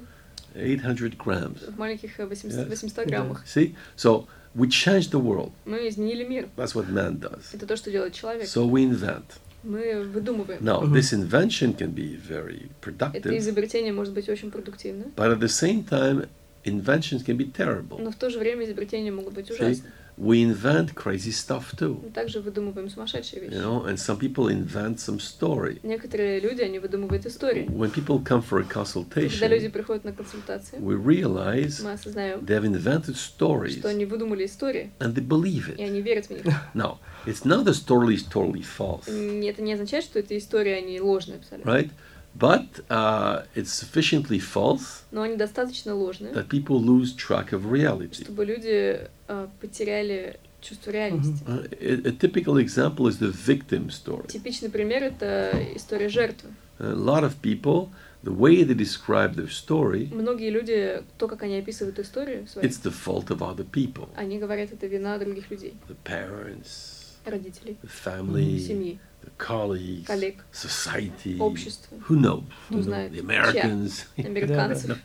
800 grams. в маленьких э, 800, Yes. 800 граммах. See, so we change the world. Мы изменили мир. That's what man does. Это то, что делает человек. So we invent. Мы выдумываем. Now, Mhm. this invention can be very Это productive, изобретение может быть очень продуктивно, but at the same time, inventions can be terrible. но в то же время изобретения могут быть See? ужасны. we invent crazy stuff too. Мы также выдумываем сумасшедшие You вещи. know, and some people invent some story. Некоторые люди, они выдумывают истории. When people come for a Когда люди consultation, приходят на консультации, we realize мы осознаем, they've invented stories что они выдумали истории, and they believe и it. они верят в них. Now, it's not the story is totally false, М, Это не означает, что эти истории, они ложные абсолютно. right? But uh, it's sufficiently false Но они достаточно ложные, that people lose track of reality. чтобы люди э, потеряли чувство реальности. Uh, a, a typical example is the victim story. Типичный пример — это история жертвы. A lot of people, the way they describe their story, Многие люди, то, как они описывают историю свою, it's the fault of other people они говорят, это вина других людей, the parents, родителей, the family, семьи, the colleagues, коллег, society. общества, Who knows? Who You know, knows? The Americans. американцев.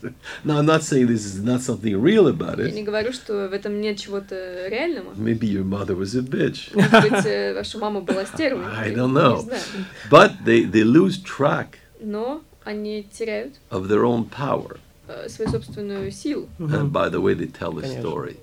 now, I'm not saying this is not something real about Я не it. говорю, что в этом нет чего-то реального. Maybe your mother was a bitch. Может быть, э, ваша мама была стервой. I я don't Не know. знаю. But they, they lose track Но они теряют of their own power. э, свою собственную силу And Мгм. by the way, they tell the Конечно. story.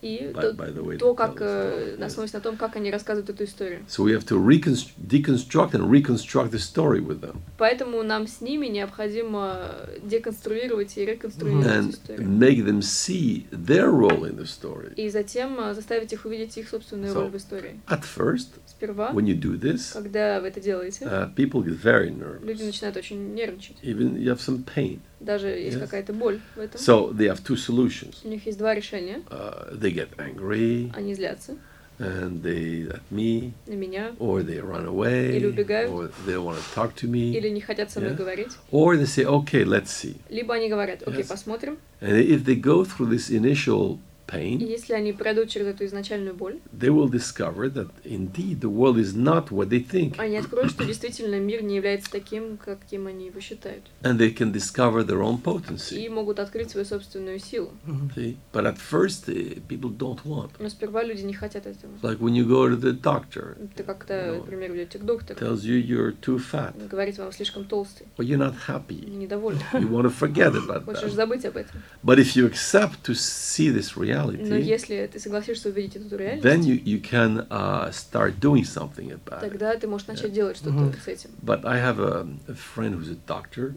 и By, то, by the way, то, they tell как the э, story. на основе на том, как они рассказывают эту историю. So we have to reconst- deconstruct and reconstruct the story with them. Поэтому нам с ними необходимо деконструировать и реконструировать and историю. make them see their role in the story. И затем э, заставить их увидеть их собственную So- роль в истории. At first, Сперва, when you do this, когда вы это делаете, uh, people get very люди nervous. начинают очень нервничать. Even you have some pain. Даже есть Yes. какая-то боль в этом. So they have two solutions. У них есть два решения. Uh, they get angry Они злятся and they at me, на меня or they run away, Или убегают. or they don't want to talk to me, или не хотят со мной Yes. говорить. or they say, "Okay, let's see." Либо они говорят, окей, Yes. посмотрим. And if they go through this initial И pain, если они пройдут через эту изначальную боль, they will discover that indeed the world is not what they think, они откроют, что действительно мир не является таким, каким они его считают. and they can discover their own potency. И могут открыть свою собственную силу. Мгм. See? But at first, uh, people don't want. Но сперва люди не хотят этого. Like when you go to the doctor, Это как-то, Ну, например, идете к доктору, tells you you're too fat, он говорит вам слишком толстый, or you're not не happy. недоволен, You want to forget about хочешь that. забыть об этом. But if you accept to see this Но reality, если ты согласишься увидеть эту then реальность, you, you can uh, start doing something about it. тогда ты можешь начать делать что-то Мгм. с этим. But I have a, a friend who's a doctor,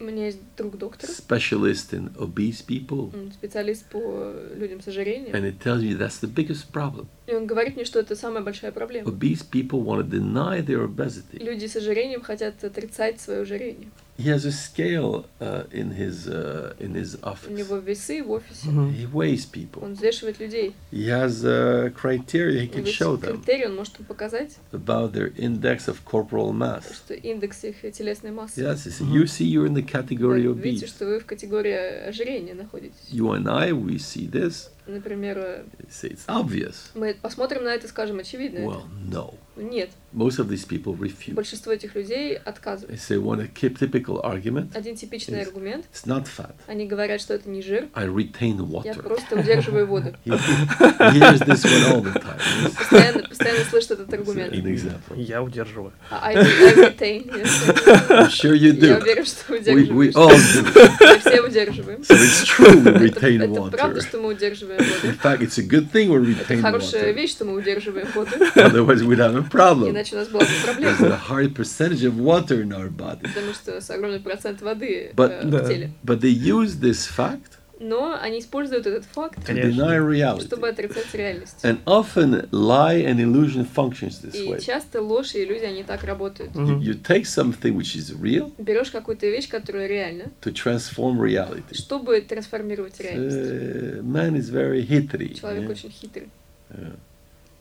У меня есть друг доктор, specialist in obese people, он специалист по э, людям с ожирением, and it tells me that's the biggest problem. и он говорит мне, что это самая большая проблема. Obese people want to deny their obesity. Люди с ожирением хотят отрицать свое ожирение. He has a scale uh, in his uh, in his У office. него весы в офисе, Мгм. He weighs people. он взвешивает людей. He has uh, criteria he Он can show them критерий, он может им показать, about their index of corporal mass. что индекс их телесной массы. Yes, he said, Mhm. you see, you're in the Вы category видите, obese. что вы в категории ожирения находитесь. You and I, we see this. Например, э, They Say it's obvious. Мы посмотрим на это и скажем, очевидно. это. Well, no. Нет, Most of these people refuse. большинство этих людей отказывают. They say one a ki- typical argument. Один типичный Yes. аргумент. It's not fat. Они говорят, что это не жир, I retain я water. просто удерживаю воду. He, he hears this one all the time. Yes. Постоянно, постоянно слышат этот It's an аргумент. А, example. Я удерживаю. I, I retain, yes. I'm sure you Я do. уверен, что We, we удерживаешь. all do. Мы все удерживаем. So it's true we Это, retain это правда, water. что мы удерживаем In воду. fact, it's a good thing we Это retain хорошая water. вещь, что мы удерживаем воду, Otherwise, we'd have a problem. иначе у нас была бы There's a проблема, high percentage of water in our body. потому что у нас огромный процент воды э, But- Да. в теле. But they use this fact Но они используют этот факт, to Конечно. deny reality. чтобы отрицать реальность. And often, lie and illusion functions this И way. часто ложь и иллюзии, они так работают. You, Мгм. you take something which is real Берешь какую-то вещь, которая реальна, to transform reality. чтобы трансформировать реальность. Uh, man is very hitry. Человек yeah? очень хитрый. Yeah.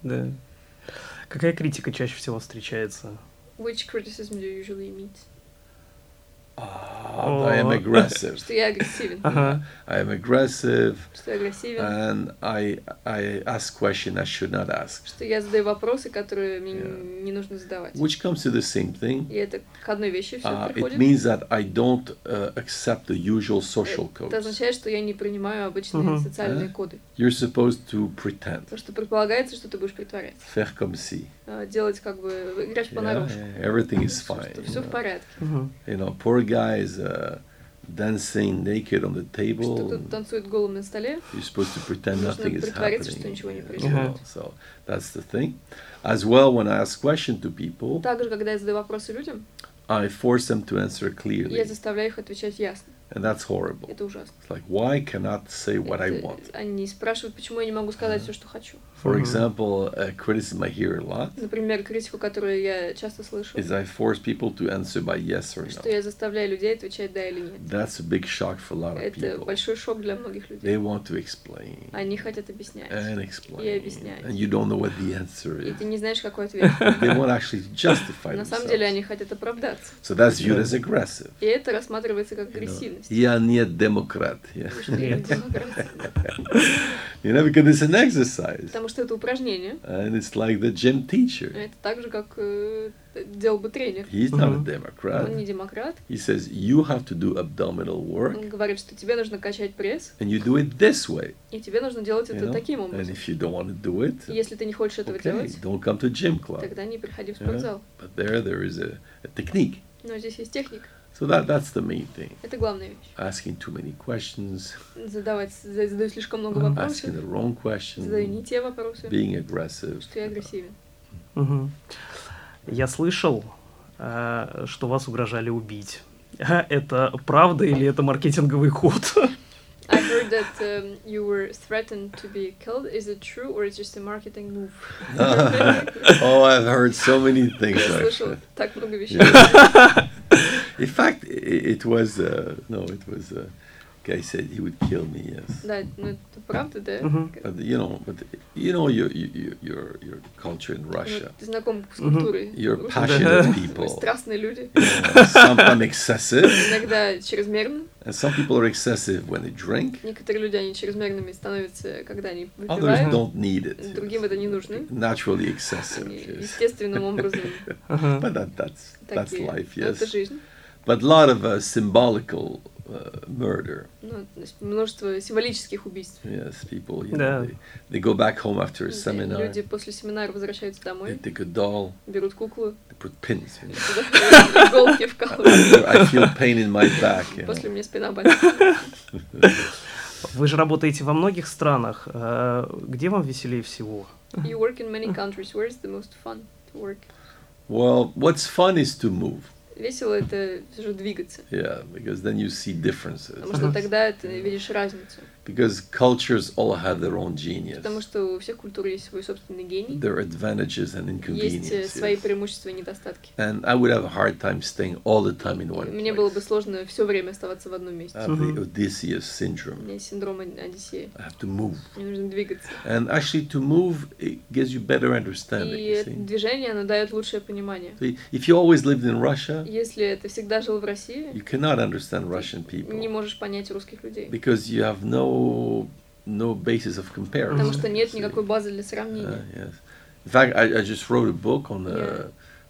Да. Какая критика чаще всего встречается? Which criticism do you usually meet? Ah, I am Oh. aggressive. Что я агрессивен. Ага. I am aggressive, Что я агрессивен. and I I ask questions I should not ask, Что я задаю вопросы, которые мне Yeah. не нужно задавать. which comes to the same thing. И это к одной вещи все Uh, it приходит. means that I don't uh, accept the usual social Это codes. означает, что я не принимаю обычные Мгм. социальные Да. коды. You're supposed to pretend, Потому что предполагается, что ты будешь притворяться. faire comme si. Э, Делать как бы, играть Yeah, понарошку. yeah, everything is fine. Что you все в know. порядке. Мгм. You know, poor guy is uh, dancing naked on the Что table. тут танцует голым на столе. You're supposed to pretend Нужно nothing is притвориться, happening. что ничего не you know, происходит. So that's the thing. As well, when I ask questions to people, Также, когда я задаю вопросы людям, I force them to answer clearly, я заставляю их отвечать ясно. and that's horrible. Это ужасно. It's like, why cannot say what I Это- want? Они спрашивают, почему я не могу сказать все, что хочу. For Mhm. example, a criticism I hear a lot Например, критику, которую я часто слышу, is I force people to answer by yes or что no. я заставляю людей отвечать да или нет. That's a big shock for a lot of Это people. большой шок для многих They людей. want to explain Они хотят объяснять. and Я explain, объясняю. and you don't know what the answer И is. ты не знаешь, какой ответ. They want actually to justify На самом деле themselves. они хотят оправдаться. So that's viewed as aggressive. И это рассматривается как you know. агрессивность. Я не демократ. Yeah. Потому что я не демократ. You know, because it's an exercise. Потому что это упражнение. And it's like the gym teacher. Это так же, как э, делал бы тренер. He's not a Mhm. Он Democrat. не демократ. He says, you have to do abdominal work Он говорит, что тебе нужно качать пресс, and you do it this way. и тебе нужно делать You это know? таким And образом. if you don't want to do it, Если ты не хочешь этого okay, делать, don't come to gym club. тогда не приходи в You know? спортзал. But there, there is a, a technique. Но здесь есть техника. So that, that's the main thing. Это главная вещь. Asking too many questions, Задавать, за- задаю слишком много Мгм. asking вопросов, the wrong задаю не question, те вопросы, being aggressive. что я агрессивен. Мгм. Я слышал, э, что вас угрожали убить. Это правда или это маркетинговый ход? I heard that um, you were threatened to be killed. Is it true or is it just a marketing move? oh, I've heard so many things. Я слышал actually. так много вещей. Yeah. In fact, i- it was uh, no, it was a guy said he would kill me. Yes, Да, ну это правда, да? Ну, Мгм. Как- but you know, but you know your your your, your culture in Russia. Ну, Ты знаком с Мгм. культурой. You're Русских. passionate Да. Вы people. Страстные люди. You know, Sometimes excessive, Иногда чрезмерно. and some people are excessive when they drink. Некоторые люди, они чрезмерными становятся, когда они Others выпивают. don't need it. Другим это не нужно. Naturally excessive. Они yes. естественным образом Ага. But that, that's that's такие. life. Ну, Это Yes. жизнь. But a lot of uh, symbolical uh, murder. Ну, то есть множество символических убийств. Yes, people. You Да. know, they, they go back home after a seminar. Люди после семинара возвращаются They домой, take a doll. берут куклу, They put pins. You know. туда иголки вкалывают. Or I feel pain in my back. You После know. мне спина болит. Вы же работаете во многих странах. Э, Где вам веселее всего? You work in many countries. Where is the most fun to work? Well, what's fun is to move. Весело это же двигаться. Yeah, because then you see differences. Потому что тогда ты видишь разницу. Because cultures all have their own genius, Потому что у всех культур есть свой собственный гений. their advantages and Есть э, inconveniences. свои преимущества и недостатки. And I would have a hard time staying all the time in one Мне было place. бы сложно все время оставаться в одном I месте. have Мгм. the Odysseus У syndrome. меня есть синдром Од- Одиссея. I have to move. Мне нужно двигаться. And actually, to move, it gives you better understanding. И You это see? движение, оно дает лучшее понимание. So if you always lived in Russia, Если ты всегда жил в России, you cannot understand Russian people. не можешь понять русских людей. because you have no no basis of comparison. Потому что нет See? никакой базы для Uh, сравнения. yes. In fact, I, I just wrote a book on uh, Yeah.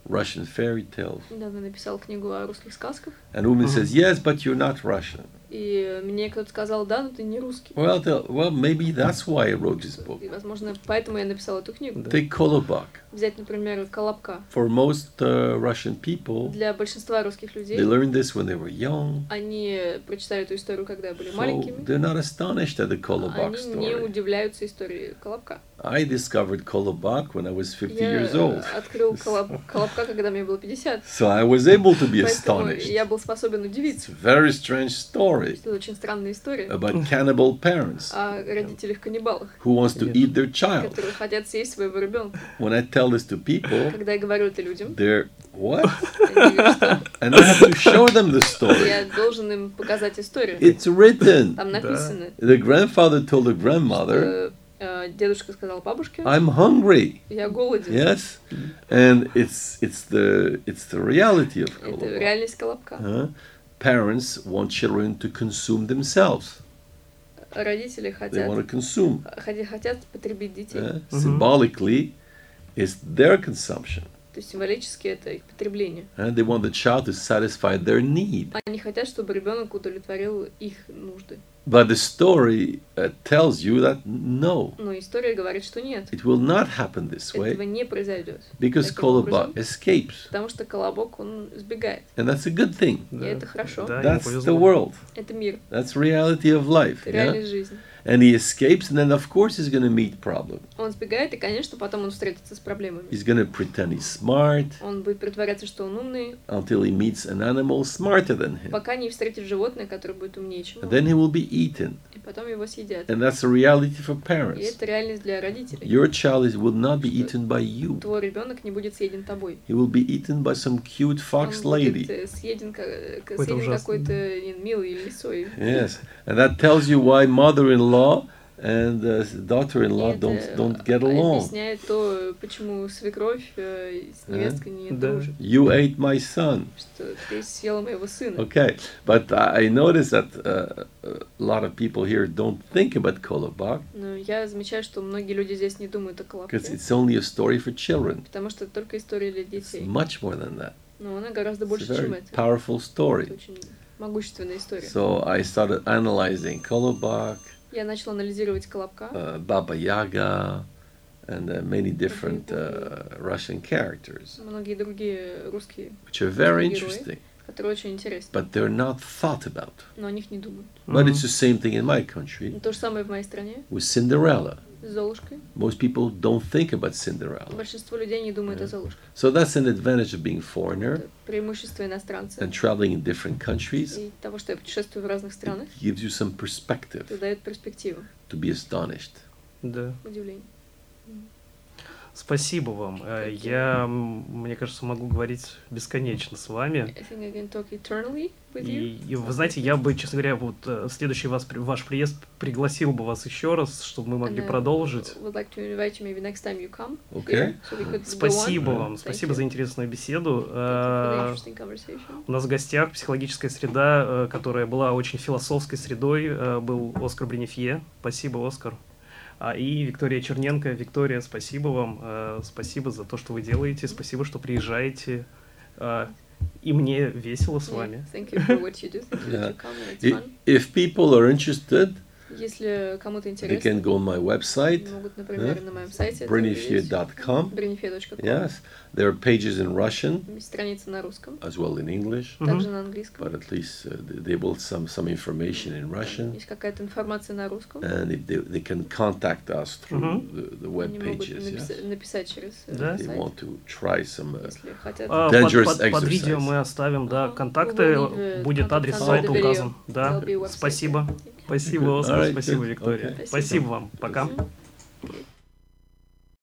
Russian fairy tales, Недавно написал книгу о русских сказках. and woman Mhm. says, "Yes, but you're not Russian." И мне кто-то сказал, да, но ты не русский. Well, the, well, maybe that's why I wrote this book. И, возможно, поэтому я написала эту книгу. Take Kolobak. Взять, например, Колобка. For most uh, Russian people, Для большинства русских людей, they learned this when they were young, они прочитали эту историю, когда были so маленькими. they're not astonished at the Kolobak Они не story. удивляются истории Колобка. I discovered Kolobak when I was 50 Я years old, э, открыл Колоб- Колобка, когда мне было 50. so I was able to be Поэтому astonished. я был способен It's удивиться. a very strange story. Это очень странная история about cannibal parents о родителях-каннибалах, who wants to Yes. eat their child. которые хотят съесть своего ребенка. When I tell this to people, Когда я говорю это людям, they're what? они говорят, что And I have to show them the story. я должен им показать историю. It's written. Там написано, The grandfather told the grandmother, э, э, дедушка сказал бабушке, "I'm hungry." я голоден. Yes, and it's it's the it's the reality of Это Kolobok. реальность Колобка. Huh? Parents want children to consume themselves. Родители They want to хотят, consume. хоти- хотят потребить детей. huh? Mhm. Symbolically, it's their consumption, То есть символически это их потребление. and they want the child to satisfy their need. Они хотят, чтобы ребенок удовлетворил их нужды. But the story uh, tells you that no, Но история говорит, что нет. it will not happen this Этого way не произойдет. because таким образом. Kolobok escapes. Потому что колобок, он сбегает. And that's a good thing. И это хорошо. Да, ему That's повезло. the world. Это мир, That's reality of life. это Yeah? реальность жизни. And he escapes, and then of course he's going to meet problem. Он сбегает, и, конечно, потом он встретится с проблемами. He's going to pretend he's smart Он будет притворяться, что он умный, until he meets an animal smarter than him. пока не встретит животное, которое будет умнее, чем And он. then he will be eaten. И потом его съедят. And that's a reality for И parents. это реальность для родителей. Your child is, will not be eaten by you. Твой ребенок не будет съеден тобой. He will be eaten by some cute Он fox будет lady. э, съеден, ка- э, к- Какой-то съеден ужасный. какой-то э, милой лисой. Yes, and that tells you why mother-in-law and uh, daughter-in-law И это а, don't don't get along. объясняет то, э, почему свекровь э, с А? невесткой не Да. дружит. You ate my son. Что ты съела моего сына. Okay, but I I notice that uh, a lot of people here don't think about Kolobak Но я замечаю, что многие люди здесь не думают о колобке. because it's only a story for children. Потому что это только история для It's детей. much more than that. Но она гораздо It's больше, a чем very это. powerful Это story. очень могущественная история. So I started analyzing Kolobak, Я начала анализировать колобка. uh, Baba Yaga, and uh, many different uh, Russian characters, Многие другие русские, which are very interesting, которые очень интересны, but they're not thought about. но о них не думают. But Мгм. it's the same thing in my country Но то же самое в моей стране with Cinderella. с Золушкой. Most people don't think about Cinderella. Большинство людей не думает о Золушке. So that's an advantage of being foreigner Это преимущество иностранца and traveling in different countries. и того, что я путешествую в разных странах, It gives you some это perspective дает перспективу, to be astonished. Да. удивление. Спасибо вам. Э, Thank you. Я, м, мне кажется, могу говорить бесконечно с вами. I think I can talk eternally with you. И, и вы знаете, я бы, честно говоря, вот э, в следующий вас, при- ваш приезд пригласил бы вас еще раз, чтобы мы могли And I продолжить. would like to invite you maybe next time you come. Okay. here, so we could go on. Спасибо вам, Thank спасибо you. за интересную беседу. Thank you for the Э, interesting conversation. У нас в гостях психологическая среда, э, которая была очень философской средой, э, был Оскар Бренефье. Спасибо, Оскар. А, И Виктория Черненко. Виктория, спасибо вам. э, Спасибо за то, что вы делаете. Спасибо, что приезжаете. э, И мне весело с Yeah, вами. Thank you for what you do. Thank you Yeah. to come. It's I- fun. If people are interested, Если кому-то they can интересно, go on my website, могут, например, yeah, на моем сайте. brinifier.com. Brinifia.com. Yes, there are pages in Russian Страница на русском, as well in English, Мгм. также на английском. but at least uh, th- they will some some information in Russian. Есть какая-то информация на русском. And if they, they can contact us through Mhm. the, the Они web могут pages, yes. напис- написать через э, Да. they сайт, want to try some. Uh, если хотят. А, Dangerous под, под- под exercise. видео мы оставим да, Ага. контакты, Вы, э, будет контакт адрес сам сайта выбери. указан. Да. There'll be website. Спасибо. Thank you. Спасибо, Good. Оскар, Alright, спасибо, good. Виктория. Okay. Спасибо вам. Пока. Спасибо.